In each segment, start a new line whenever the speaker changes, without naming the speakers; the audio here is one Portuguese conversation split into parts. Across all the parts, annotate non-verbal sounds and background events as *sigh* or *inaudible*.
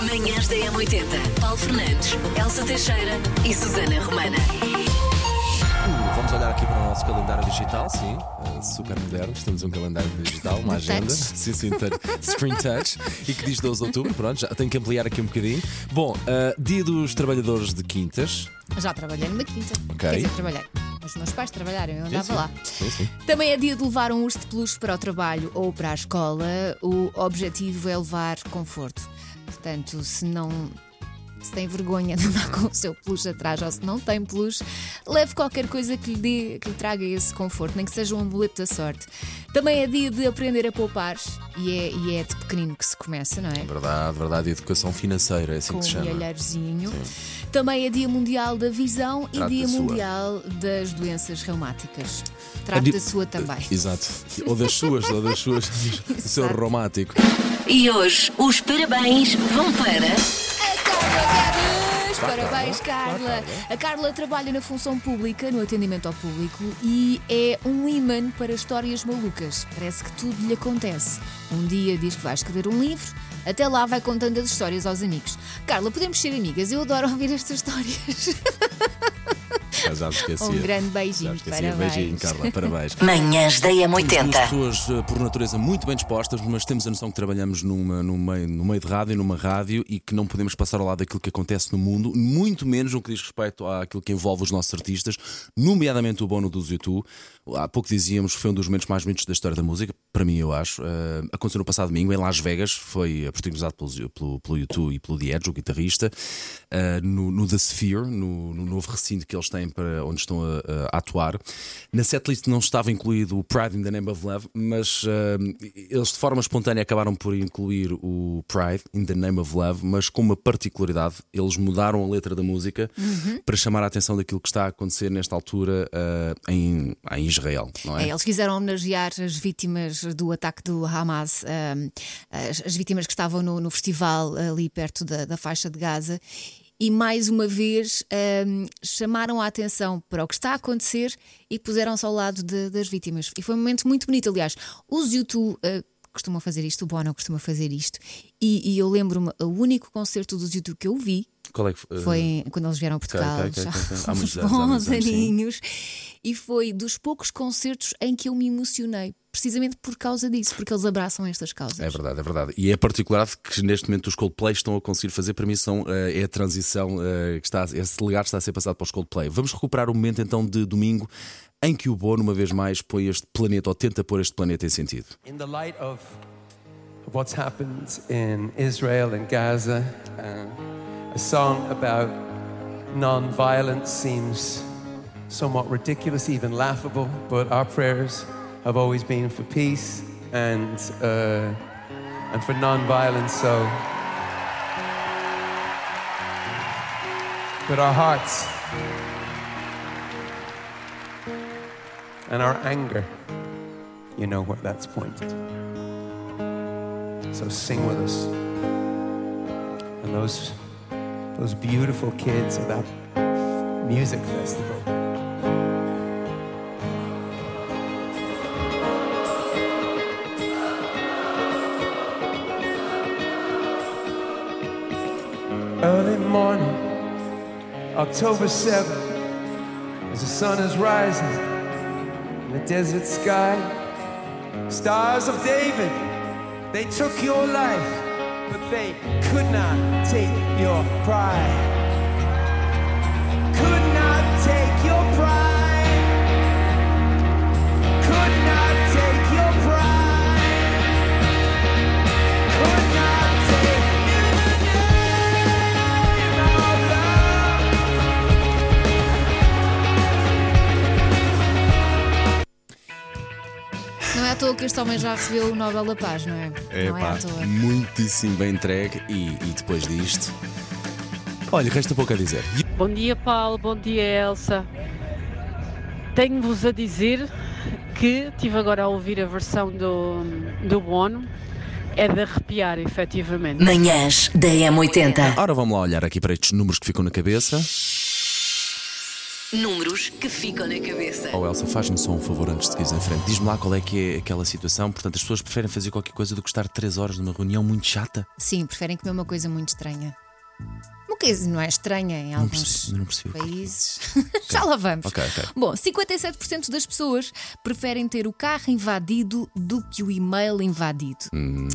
Manhãs da M80. Paulo Fernandes, Elsa Teixeira e Susana Romana.
Uh, Vamos olhar aqui para o nosso calendário digital, sim, eh, super moderno. Temos um calendário digital, uma
De
agenda.
touch.
Sim, sim,
*laughs*
touch, screen touch. E que diz 12 de outubro, pronto, já tenho que ampliar aqui um bocadinho. Bom, eh, dia dos trabalhadores de quintas.
Já trabalhei numa quinta.
Ok.
Quer dizer, trabalhei. Os meus pais trabalharam, eu andava
sim.
lá.
Sim, sim.
Também é dia de levar um urso de peluche para o trabalho ou para a escola. O objetivo é levar conforto. Portanto, se não. Se tem vergonha de andar *laughs* com o seu peluche atrás ou se não tem peluche, leve qualquer coisa que lhe, dê- que lhe traga esse conforto, nem que seja um boleto da sorte. Também é dia de aprender a poupar e é, e é de pequenino que se começa, não é?
Verdade, verdade. E Educação financeira, é assim
com
que se
um
chama.
olharzinho. Também é Dia Mundial da Visão
Trate
e Dia
da sua.
Mundial das Doenças Reumáticas. Trate
É di-
da sua também.
Exato. Ou das suas, ou das
*laughs*
suas. o seu
Exato.
romático.
E hoje os parabéns vão para.
A Carla Guedes! Parabéns, Carla! A Carla trabalha na função pública, no atendimento ao público e é um imã para histórias malucas. Parece que tudo lhe acontece. Um dia diz que vai escrever um livro, até lá vai contando as histórias aos amigos. Carla, podemos ser amigas, eu adoro ouvir estas histórias.
Ah, Já me esqueci.
*laughs* Um grande
Já
beijinho,
me esqueci. Beijinho,
parabéns.
Carla. Parabéns.
Manhãs da
Somos duas
M80.
pessoas eh, por natureza muito bem dispostas, mas temos a noção que trabalhamos numa, num meio, no meio de rádio, numa rádio e que não podemos passar ao lado daquilo que acontece no mundo, muito menos no que diz respeito àquilo que envolve os nossos artistas, nomeadamente o Bono dos YouTube. Há pouco dizíamos que foi um dos momentos mais bonitos da história da música, para mim eu acho. Eh, aconteceu no passado domingo em Las Vegas, foi eh, protagonizado pelos- pelo, pelo YouTube e pelo Diego, o guitarrista, eh, no, no The Sphere, no, no novo recinto que eles têm para onde estão a, a atuar. Na setlist não estava incluído o Pride in the Name of Love, mas eh, eles de forma espontânea acabaram por incluir o Pride in the Name of Love, mas com uma particularidade, eles mudaram a letra da música
Uhum.
para chamar a atenção daquilo que está a acontecer nesta altura eh, em, em Israel, não
É, eles quiseram homenagear as vítimas do ataque do Hamas, ahm, as, as vítimas que estavam no, no festival ali perto da, da faixa de Gaza. E mais uma vez ahm, chamaram a atenção para o que está a acontecer e puseram-se ao lado de- das vítimas. E foi um momento muito bonito. Aliás, os YouTube ah, costumam fazer isto, o Bono costuma fazer isto. E, e eu lembro-me, o único concerto dos YouTube que eu vi
Qual é que eh,
foi em- quando eles vieram a Portugal,
ok, ok,
já *laughs*
ok. Há
há uns
muitos anos, há muitos
bons
anos, sim.
aninhos. E foi dos poucos concertos em que eu me emocionei, precisamente por causa disso, porque eles abraçam estas causas.
É verdade, é verdade. E é particular que neste momento os Coldplay estão a conseguir fazer, para mim são, eh, é a transição, eh, que está, a- esse legado está a ser passado para os Coldplay. Vamos recuperar o momento então de domingo em que o Bono, uma vez mais, põe este planeta, ou tenta pôr este planeta em sentido.
In the light of what's happened in Israel and Gaza, uh, a song about non violence seems somewhat ridiculous, even laughable, but our prayers have always been for peace and, uh, and for non violence, so. But our hearts and our anger you know where that's pointed. So sing with us. And those, those beautiful kids at that music festival. Early morning, October 7th, as the sun is rising in the desert sky. Stars of David, they took your life, but they could not take your pride. Could not take your pride. Could not take your pride. Could not take in the name of love.
Não é à toa que este homem já recebeu o Nobel da Paz, não é? não é à toa.
muitíssimo bem entregue e, e depois disto. Olha, resta pouco a dizer.
Bom dia, Paulo. Bom dia, Elsa. Tenho-vos a dizer que estive agora a ouvir a versão do, do Bono. É de arrepiar, efetivamente.
Manhãs da M80.
Ora, vamos lá olhar aqui para estes números que ficam na cabeça.
Números que ficam na cabeça.
Oh Elsa, faz-me só um favor antes de seguires em frente. Diz-me lá qual é que é aquela situação. Portanto, as pessoas preferem fazer qualquer coisa do que estar 3 horas numa reunião muito chata.
Sim, preferem comer uma coisa muito estranha. Uma coisa não é estranha em
Não
alguns
percebi, não percebi.
países. *laughs* Já lá vamos.
Ok, ok.
Bom, 57% das pessoas preferem ter o carro invadido do que o e-mail invadido.
Hum.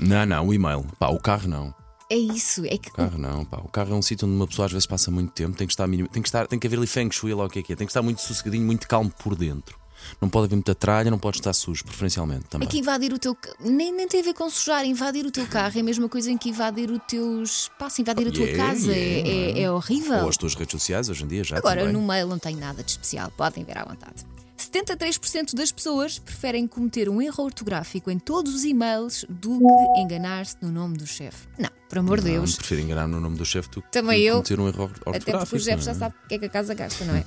Não, não, o e-mail. Pá, o carro não.
É isso, é que
O carro não, pá. O carro é um sítio onde uma pessoa às vezes passa muito tempo, tem que estar mínimo, tem que estar, tem que haver ali feng shui, lá o que é que é. Tem que estar muito sossegadinho, muito calmo por dentro. Não pode haver muita tralha, não pode estar sujo, preferencialmente também.
É que invadir o teu. ca- Nem, nem tem a ver com sujar. Invadir o
Uhum.
teu carro é a mesma coisa em que invadir o teu espaço, invadir a tua
Yeah,
casa. É-
yeah.
É, é horrível.
Ou as tuas redes sociais hoje em dia já
Agora,
também.
no mail não tem nada de especial. Podem ver à vontade. 73% das pessoas preferem cometer um erro ortográfico em todos os e-mails do que enganar-se no nome do chefe. Não, por amor de
Não, um
Deus.
prefiro enganar-me no nome do chefe do que
Também
do que
eu.
cometer um erro
Até porque
ortográfico,
o chefe
não
já
é?
sabe o que é que a casa gasta, não é?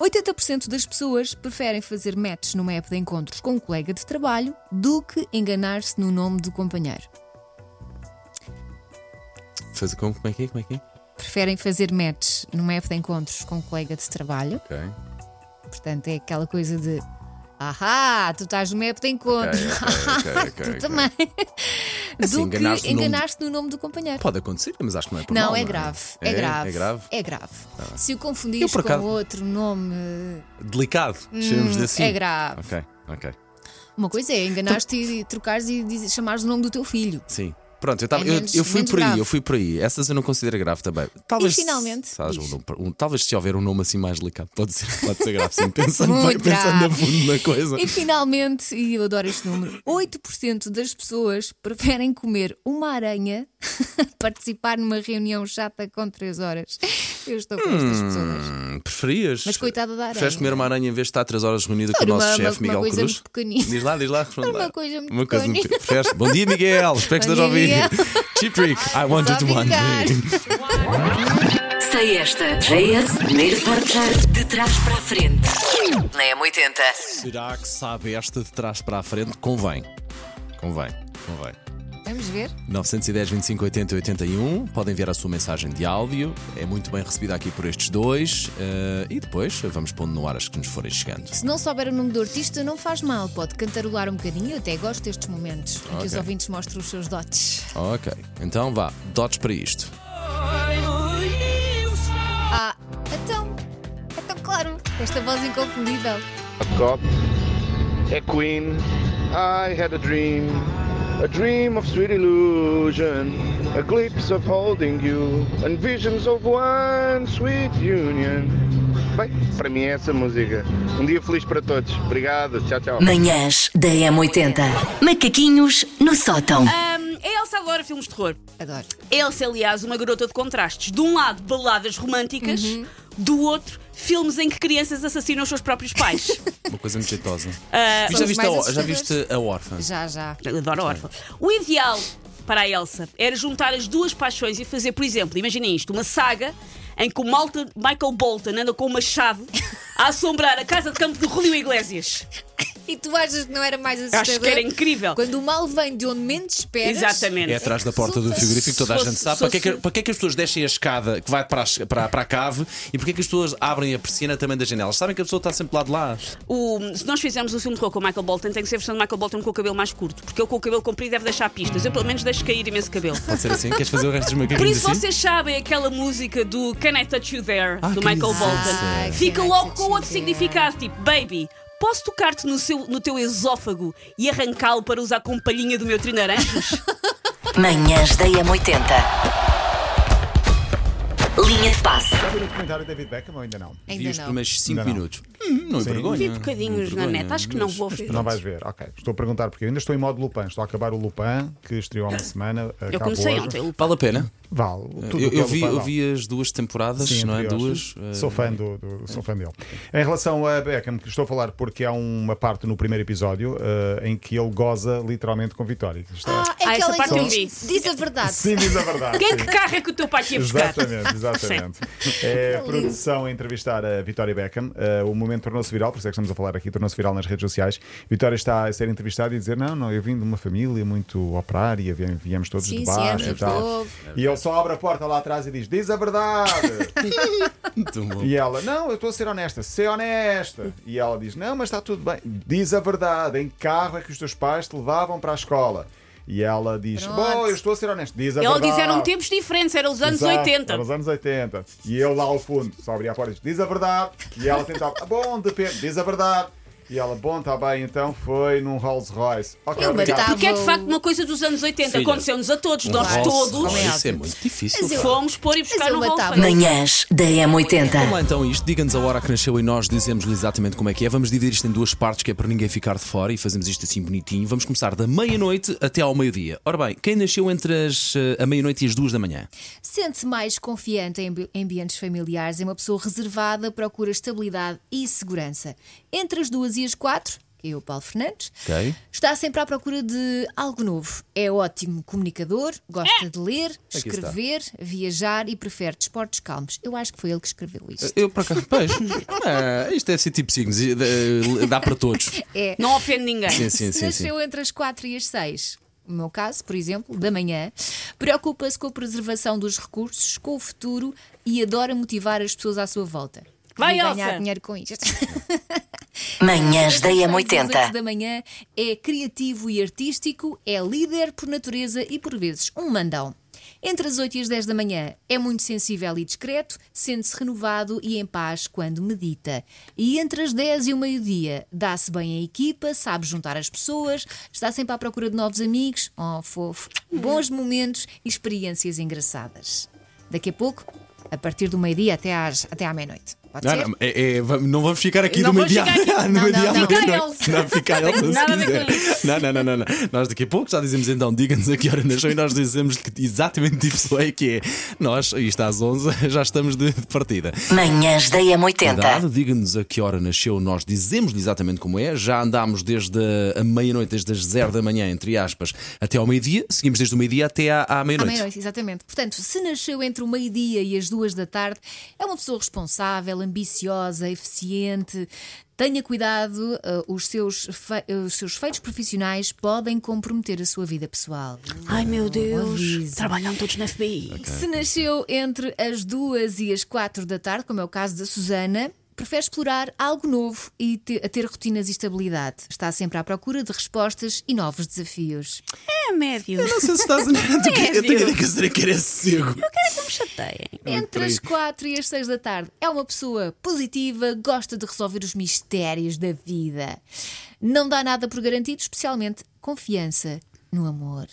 80% das pessoas preferem fazer matches numa app de encontros com um colega de trabalho do que enganar-se no nome do companheiro.
Faz- como, como é que é? Como é que é?
Preferem fazer matches numa app de encontros com um colega de trabalho.
Ok.
*laughs* Portanto, é aquela coisa de. Ahá, tu estás numa app de encontros. *laughs*
Ok, ok, ok,
tu
ok.
também.
Assim,
do
enganar-se
que
no nome do-
enganar-se no nome do companheiro.
Pode acontecer, mas acho que não é por
Não,
mal,
é grave. É, grave.
É grave. Ah.
É grave. Se o
Eu,
confundires
por acaso-
com outro nome.
Delicado, chamemos-lhe assim.
é grave.
Ok, ok. Ah.
Uma coisa é enganar-te e trocares e diz- chamares o nome do teu filho.
Sim. Pronto, eu, tava,
É
eu,
menos-
eu fui
menos
por aí,
grave.
eu fui por aí. Essas eu não considero grave também. Talvez, se-
finalmente,
Sabes,
diz.
um- um- talvez se houver um nome assim mais delicado, pode ser, *laughs* pode ser grave, sim. Pensando,
Muito
bem, pensando a
grave.
fundo na coisa.
E finalmente, e eu adoro
*laughs*
este número, 8% das pessoas preferem comer uma aranha *laughs* participar numa reunião chata com 3 horas. Eu estou com estas pessoas.
Hum, preferias?
Mas coitada da aranha.
Preferias comer uma aranha em vez de estar 3 horas reunida com o
Ora,
nosso
uma-
chefe
uma-
Miguel
uma coisa
Cruz?
muito pequenina.
Diz lá, diz lá, responde
*laughs* Uma
lá.
coisa muito
Uma coisa *laughs*
pequenina.
muito- preferes- Bom dia, Miguel. Espero que
Bom
estejas a ouvir.
dia,
*laughs* Cheap Trick, I wanted to
Só
one
ficar.
thing.
Sei esta. JS, primeiro portar de trás para a frente. Na M80.
Será que sabe esta de trás para a frente? Convém. Convém, convém.
Vamos ver?
910 25 80 81 Podem enviar a sua mensagem de áudio É muito bem recebida aqui por estes dois eh, E depois vamos pondo no ar as que nos forem chegando
Se não souber o nome do artista, não faz mal. Pode cantarolar um bocadinho. Eu até gosto destes momentos em que os
Ok.
ouvintes mostram os seus dotes.
Ok, então vá, dotes para isto
Ah, então. Então, claro. Esta voz inconfundível.
Cop, a queen. I had a dream, a dream of sweet illusion, a glimpse of holding you, and visions of one sweet union. Bem, para mim é essa música. Um dia feliz para todos. Obrigado. Tchau, tchau.
Manhãs da M80. Macaquinhos no sótão.
Ahm, a Elsa adora filmes de terror.
Adoro.
Elsa, aliás, uma garota de contrastes. De um lado, baladas românticas, do outro, filmes em que crianças assassinam os seus próprios pais.
Uma coisa muito
*laughs*
jeitosa
Eh,
São
já,
os
viste
mais
a, já
assustadores.
viste a órfã?
Já, já.
Adoro órfã. O ideal para a Elsa era juntar as duas paixões e fazer, por exemplo, imaginem isto, uma saga em que o Malta- Michael Bolton anda com uma chave a assombrar a casa de campo de Julio Iglesias.
E tu achas que não era mais assustador?
Acho que era incrível.
Quando o mal vem de onde menos esperas.
Exatamente.
É atrás da porta do
Resulta-
frigorífico, toda a
Se
gente
fosse-
sabe para que, é que-
fosse-
para que é que as pessoas deixem a escada que vai para a, es- para, para a cave E para que é que as pessoas abrem a persiana também das janelas Sabem que a pessoa está sempre lá de lá
O- se nós fizermos um filme de terror com o Michael Bolton, tem que ser a versão de Michael Bolton com o cabelo mais curto, porque ele com o cabelo comprido deve deixar pistas. Eu, pelo menos, deixo cair imenso cabelo.
Pode ser assim? Queres fazer o resto dos
Por
macaquinhos
isso,
assim?
vocês sabem aquela música do Can I Touch You There,
Ah,
do
que
Michael
isso.
Bolton.
Ah,
Fica
Can I
logo
Touch
com
You
outro
There?
significado, tipo, baby. Posso tocar-te no, seu- no teu esófago e arrancá-lo para usar como palhinha do meu *laughs* trinaranjos?
Manhãs da M80. Linha de passe.
Já viram o documentário David Beckham ou ainda não?
Vi
Ainda
os
não.
primeiros 5
Ainda não.
minutos Hum, Não é vergonha
Vi bocadinhos na net, acho que não vou ver.
Não vais ver, ok. Estou a perguntar porque eu ainda estou em modo Lupin. Estou a acabar o Lupin, que estreou há uma semana.
Eu
acabou
comecei
hoje.
ontem.
Vale a pena?
Vale. Tudo
eu,
o que é
eu vi,
Lupin,
eu
vale.
vi as duas temporadas,
Sim,
não é?
anteriores.
Duas.
*laughs*
eh,
Sou fã, do, do- sou fã dele. Em relação a Beckham, que estou a falar porque há uma parte no primeiro episódio eh, em que ele goza literalmente com Vitória. Está...
Ah, é
Ah, essa
aquela
parte
que
eu
diz,
vi.
diz a verdade.
Sim, diz a verdade.
Quem é que
sim.
carro é que o teu pai tinha buscar?
Exatamente,
*laughs*
exatamente. É a produção a entrevistar a Vitória Beckham. Uh, o momento tornou-se viral, por isso é que estamos a falar aqui, tornou-se viral nas redes sociais. Vitória está a ser entrevistada e dizer: Não, não, eu vim de uma família muito operária, viem- viemos todos
Sim,
de
sim, é
baixo e
muito
tal.
povo. *laughs*
E ele só abre a porta lá atrás e diz: Diz a verdade!
Muito bom.
E ela, não, eu estou a ser honesta, ser honesta. E ela diz, não, mas está tudo bem. Diz a verdade, em que carro é que os teus pais te levavam para a escola. E ela diz,
Pronto.
bom, eu estou a ser honesta. Diz a
Eles
verdade.
disseram tempos diferentes, eram os anos
Exato, é
80.
Era os anos 80. E eu lá ao fundo, só abria a porta e diz, diz a verdade. E ela tentava, "Ah, bom, depende, diz a verdade. E ela, bom, está bem, então foi num Rolls Royce. Ok,
Eu
obrigado.
matava.
Porque é de facto uma coisa dos anos 80.
Filha,
Aconteceu-nos a todos,
Um
nós
Rolls
todos é
Royce, Isso é muito difícil.
Mas eu-
pá.
fomos pôr e buscar
eu
no Rolls
matava.
Royce.
Manhãs da
Vamos lá
M80.
então isto, diga-nos a hora que nasceu e nós dizemos-lhe exatamente como é que é. Vamos dividir isto em duas partes, que é para ninguém ficar de fora e fazemos isto assim bonitinho. Vamos começar da meia-noite até ao meio-dia. Ora bem, quem nasceu entre as, eh, a meia-noite e as duas da manhã?
Sente-se mais confiante em ambi- em ambientes familiares, é uma pessoa reservada, procura estabilidade e segurança. Entre as duas e as quatro, que é o Paulo Fernandes,
Ok.
está sempre à procura de algo novo. É ótimo comunicador, gosta de ler,
Aqui
escrever, viajar e prefere desportos calmos. Eu acho que foi ele que escreveu isto.
Eu para cá. Pois. *laughs* Ah, isto deve ser tipo signos. eh, Dá para todos.
*laughs* É.
Não ofende ninguém.
Sim, sim, sim.
Se
sim.
nasceu entre as 4 e as 6, no meu caso, por exemplo, da manhã, preocupa-se com a preservação dos recursos, com o futuro e adora motivar as pessoas à sua volta.
Vai,
Vou
Elsa!
ganhar dinheiro
*laughs*
com isto.
Manhãs da
Às oito
M80.
da manhã é criativo e artístico, é líder por natureza e por vezes um mandão. Entre as 8 e as 10 da manhã é muito sensível e discreto, sente-se renovado e em paz quando medita. E entre as 10 e o meio-dia dá-se bem em equipa, sabe juntar as pessoas, está sempre à procura de novos amigos, oh fofo, bons momentos e experiências engraçadas. Daqui a pouco, a partir do meio-dia até, às, até à meia-noite. Pode
Ah,
ser?
não, é- é, vamos- não vamos ficar aqui
Não
do
vamos
meio-dia
ficar
*laughs*
aqui.
do
Não,
meio-dia à
não, não.
meia-noite. Não, fica
*laughs*
a Elsa se
Nada a ver
quiser. Não, não, não, não, não. Nós daqui a pouco já dizemos então, diga-nos a que hora nasceu e nós dizemos que exatamente tipo é que é. Nós, isto às 11, *laughs* já estamos de de partida.
Manhãs da M80.
Verdade, diga-nos a que hora nasceu, nós dizemos-lhe exatamente como é. Já andámos desde a meia-noite, desde as zero da manhã, entre aspas, até ao meio-dia. Seguimos desde o meio-dia até à, à
À
meia-noite.
meia-noite, exatamente. Portanto, se nasceu entre o meio-dia e as duas da tarde, é uma pessoa responsável, ambiciosa, eficiente. Tenha cuidado, eh, os, seus fe- eh, os seus feitos profissionais podem comprometer a sua vida pessoal.
Ai meu Deus,
aviso.
trabalham todos na FBI.
Se nasceu entre as duas e as quatro da tarde, como é o caso da Susana, prefere explorar algo novo e te- a ter rotinas e estabilidade. Está sempre à procura de respostas e novos desafios.
É médio.
Não sei se estás a.
*laughs*
Eu tenho a ideia que a Sara quer é cego.
me chateiem.
Entre as 4 e as 6 da tarde. É uma pessoa positiva, gosta de resolver os mistérios da vida. Não dá nada por garantido, especialmente confiança no amor.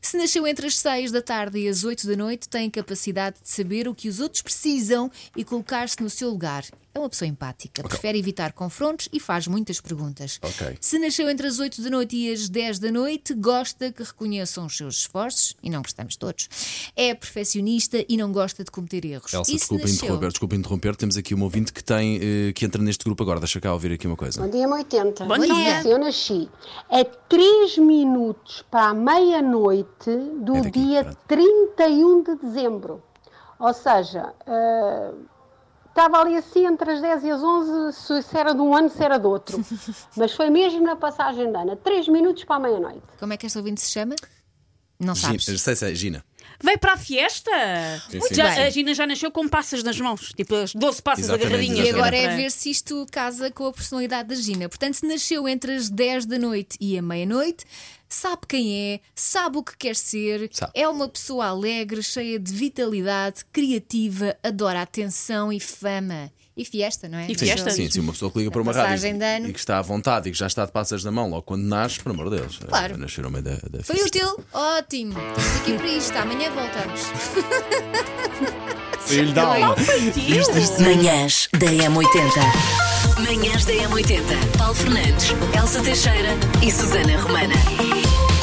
Se nasceu entre as 6 da tarde e as 8 da noite, tem capacidade de saber o que os outros precisam e colocar-se no seu lugar. É uma pessoa empática, prefere evitar confrontos e faz muitas perguntas.
Ok.
Se nasceu entre as 8 da noite e as 10 da noite, gosta que reconheçam os seus esforços, e não gostamos todos. É perfeccionista e não gosta de cometer erros.
Elsa,
E se
desculpa
nasceu-
interromper, desculpa interromper. Temos aqui um ouvinte que, tem, eh, que entra neste grupo agora. Deixa cá ouvir aqui uma coisa.
Bom dia,
Tá
80.
Bom dia.
Eu nasci a 3 minutos para a meia-noite do
É daqui,
um dia
pronto.
31 de dezembro. Ou seja, eh, estava ali assim entre as 10 e as 11, se se era de um ano, se era do outro. Mas foi mesmo na passagem de ano, 3 minutos para a meia-noite.
Como é que esta ouvinte se chama? Não
Gina, eh, é
sabes.
sei, sei, Gina.
Vai para a fiesta!
sim.
Já-
Bem.
a Gina já nasceu com passas nas mãos, tipo as 12 passas
Exatamente,
agarradinhas.
E
exatamente.
agora é
Para-
ver se isto casa com a personalidade da Gina. Portanto, se nasceu entre as 10 da noite e a meia-noite, sabe quem é, sabe o que quer ser,
Sabe.
é uma pessoa alegre, cheia de vitalidade, criativa, adora atenção e fama. E fiesta, não é?
E
Nasceu-
fiesta.
Sim, sim, uma pessoa que liga para uma rádio
passagem
e-
de ano.
e que está à vontade e que já está de passas na mão logo quando nasce, por amor de Deus.
Claro.
Eh, Nascer ao meio da, da
Foi útil? Ótimo. Estamos aqui para isto. Amanhã voltamos. é?
Filho da alma.
Feitiço.
Manhãs da M80. Manhãs da M80. Paulo Fernandes, Elsa Teixeira e Susana Romana.